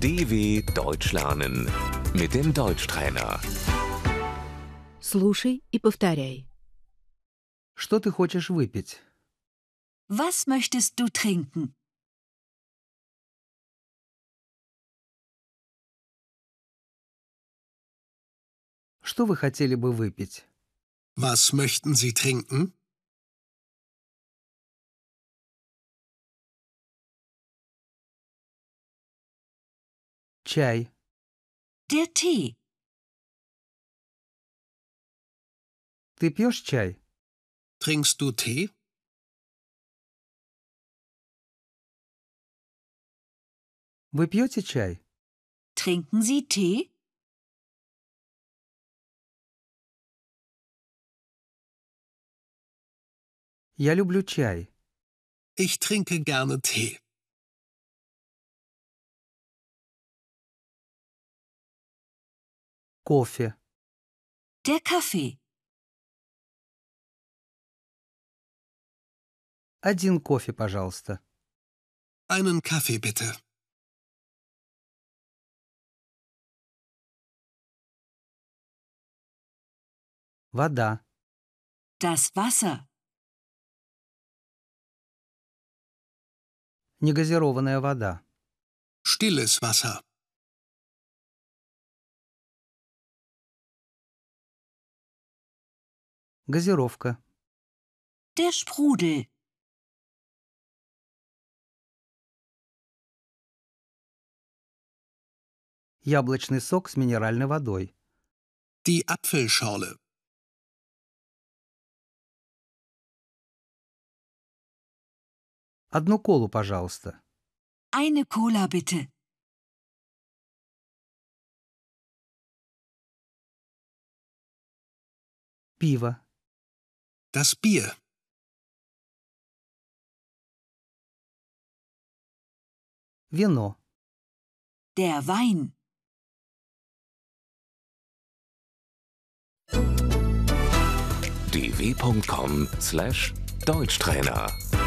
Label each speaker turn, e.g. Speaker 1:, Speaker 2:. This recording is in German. Speaker 1: DW Deutsch lernen mit dem Deutschtrainer.
Speaker 2: Слушай и повторяй.
Speaker 3: Что ты хочешь выпить?
Speaker 4: Was möchtest du trinken?
Speaker 3: Что вы хотели бы выпить?
Speaker 5: Was möchten Sie trinken?
Speaker 3: Чай,
Speaker 4: Der Tee.
Speaker 3: Ты пьешь чай?
Speaker 5: Trinkst du Tee?
Speaker 3: Вы пьете чай?
Speaker 4: Trinken Sie Tee?
Speaker 3: Я люблю чай.
Speaker 5: Ich trinke gerne Tee.
Speaker 3: Кофе,
Speaker 4: Der Kaffee.
Speaker 3: один кофе, пожалуйста.
Speaker 5: Einen Kaffee bitte.
Speaker 3: Вода,
Speaker 4: Das Wasser.
Speaker 3: негазированная вода.
Speaker 5: Stilles Wasser.
Speaker 3: Газировка,
Speaker 4: Der Sprudel.
Speaker 3: яблочный сок с минеральной водой.
Speaker 5: Die Apfelschorle.
Speaker 3: Одну колу, пожалуйста.
Speaker 4: Eine Cola bitte.
Speaker 3: Пиво,
Speaker 5: Das Bier.
Speaker 3: вино,
Speaker 4: Der Wein.
Speaker 1: dw.com/deutschtrainer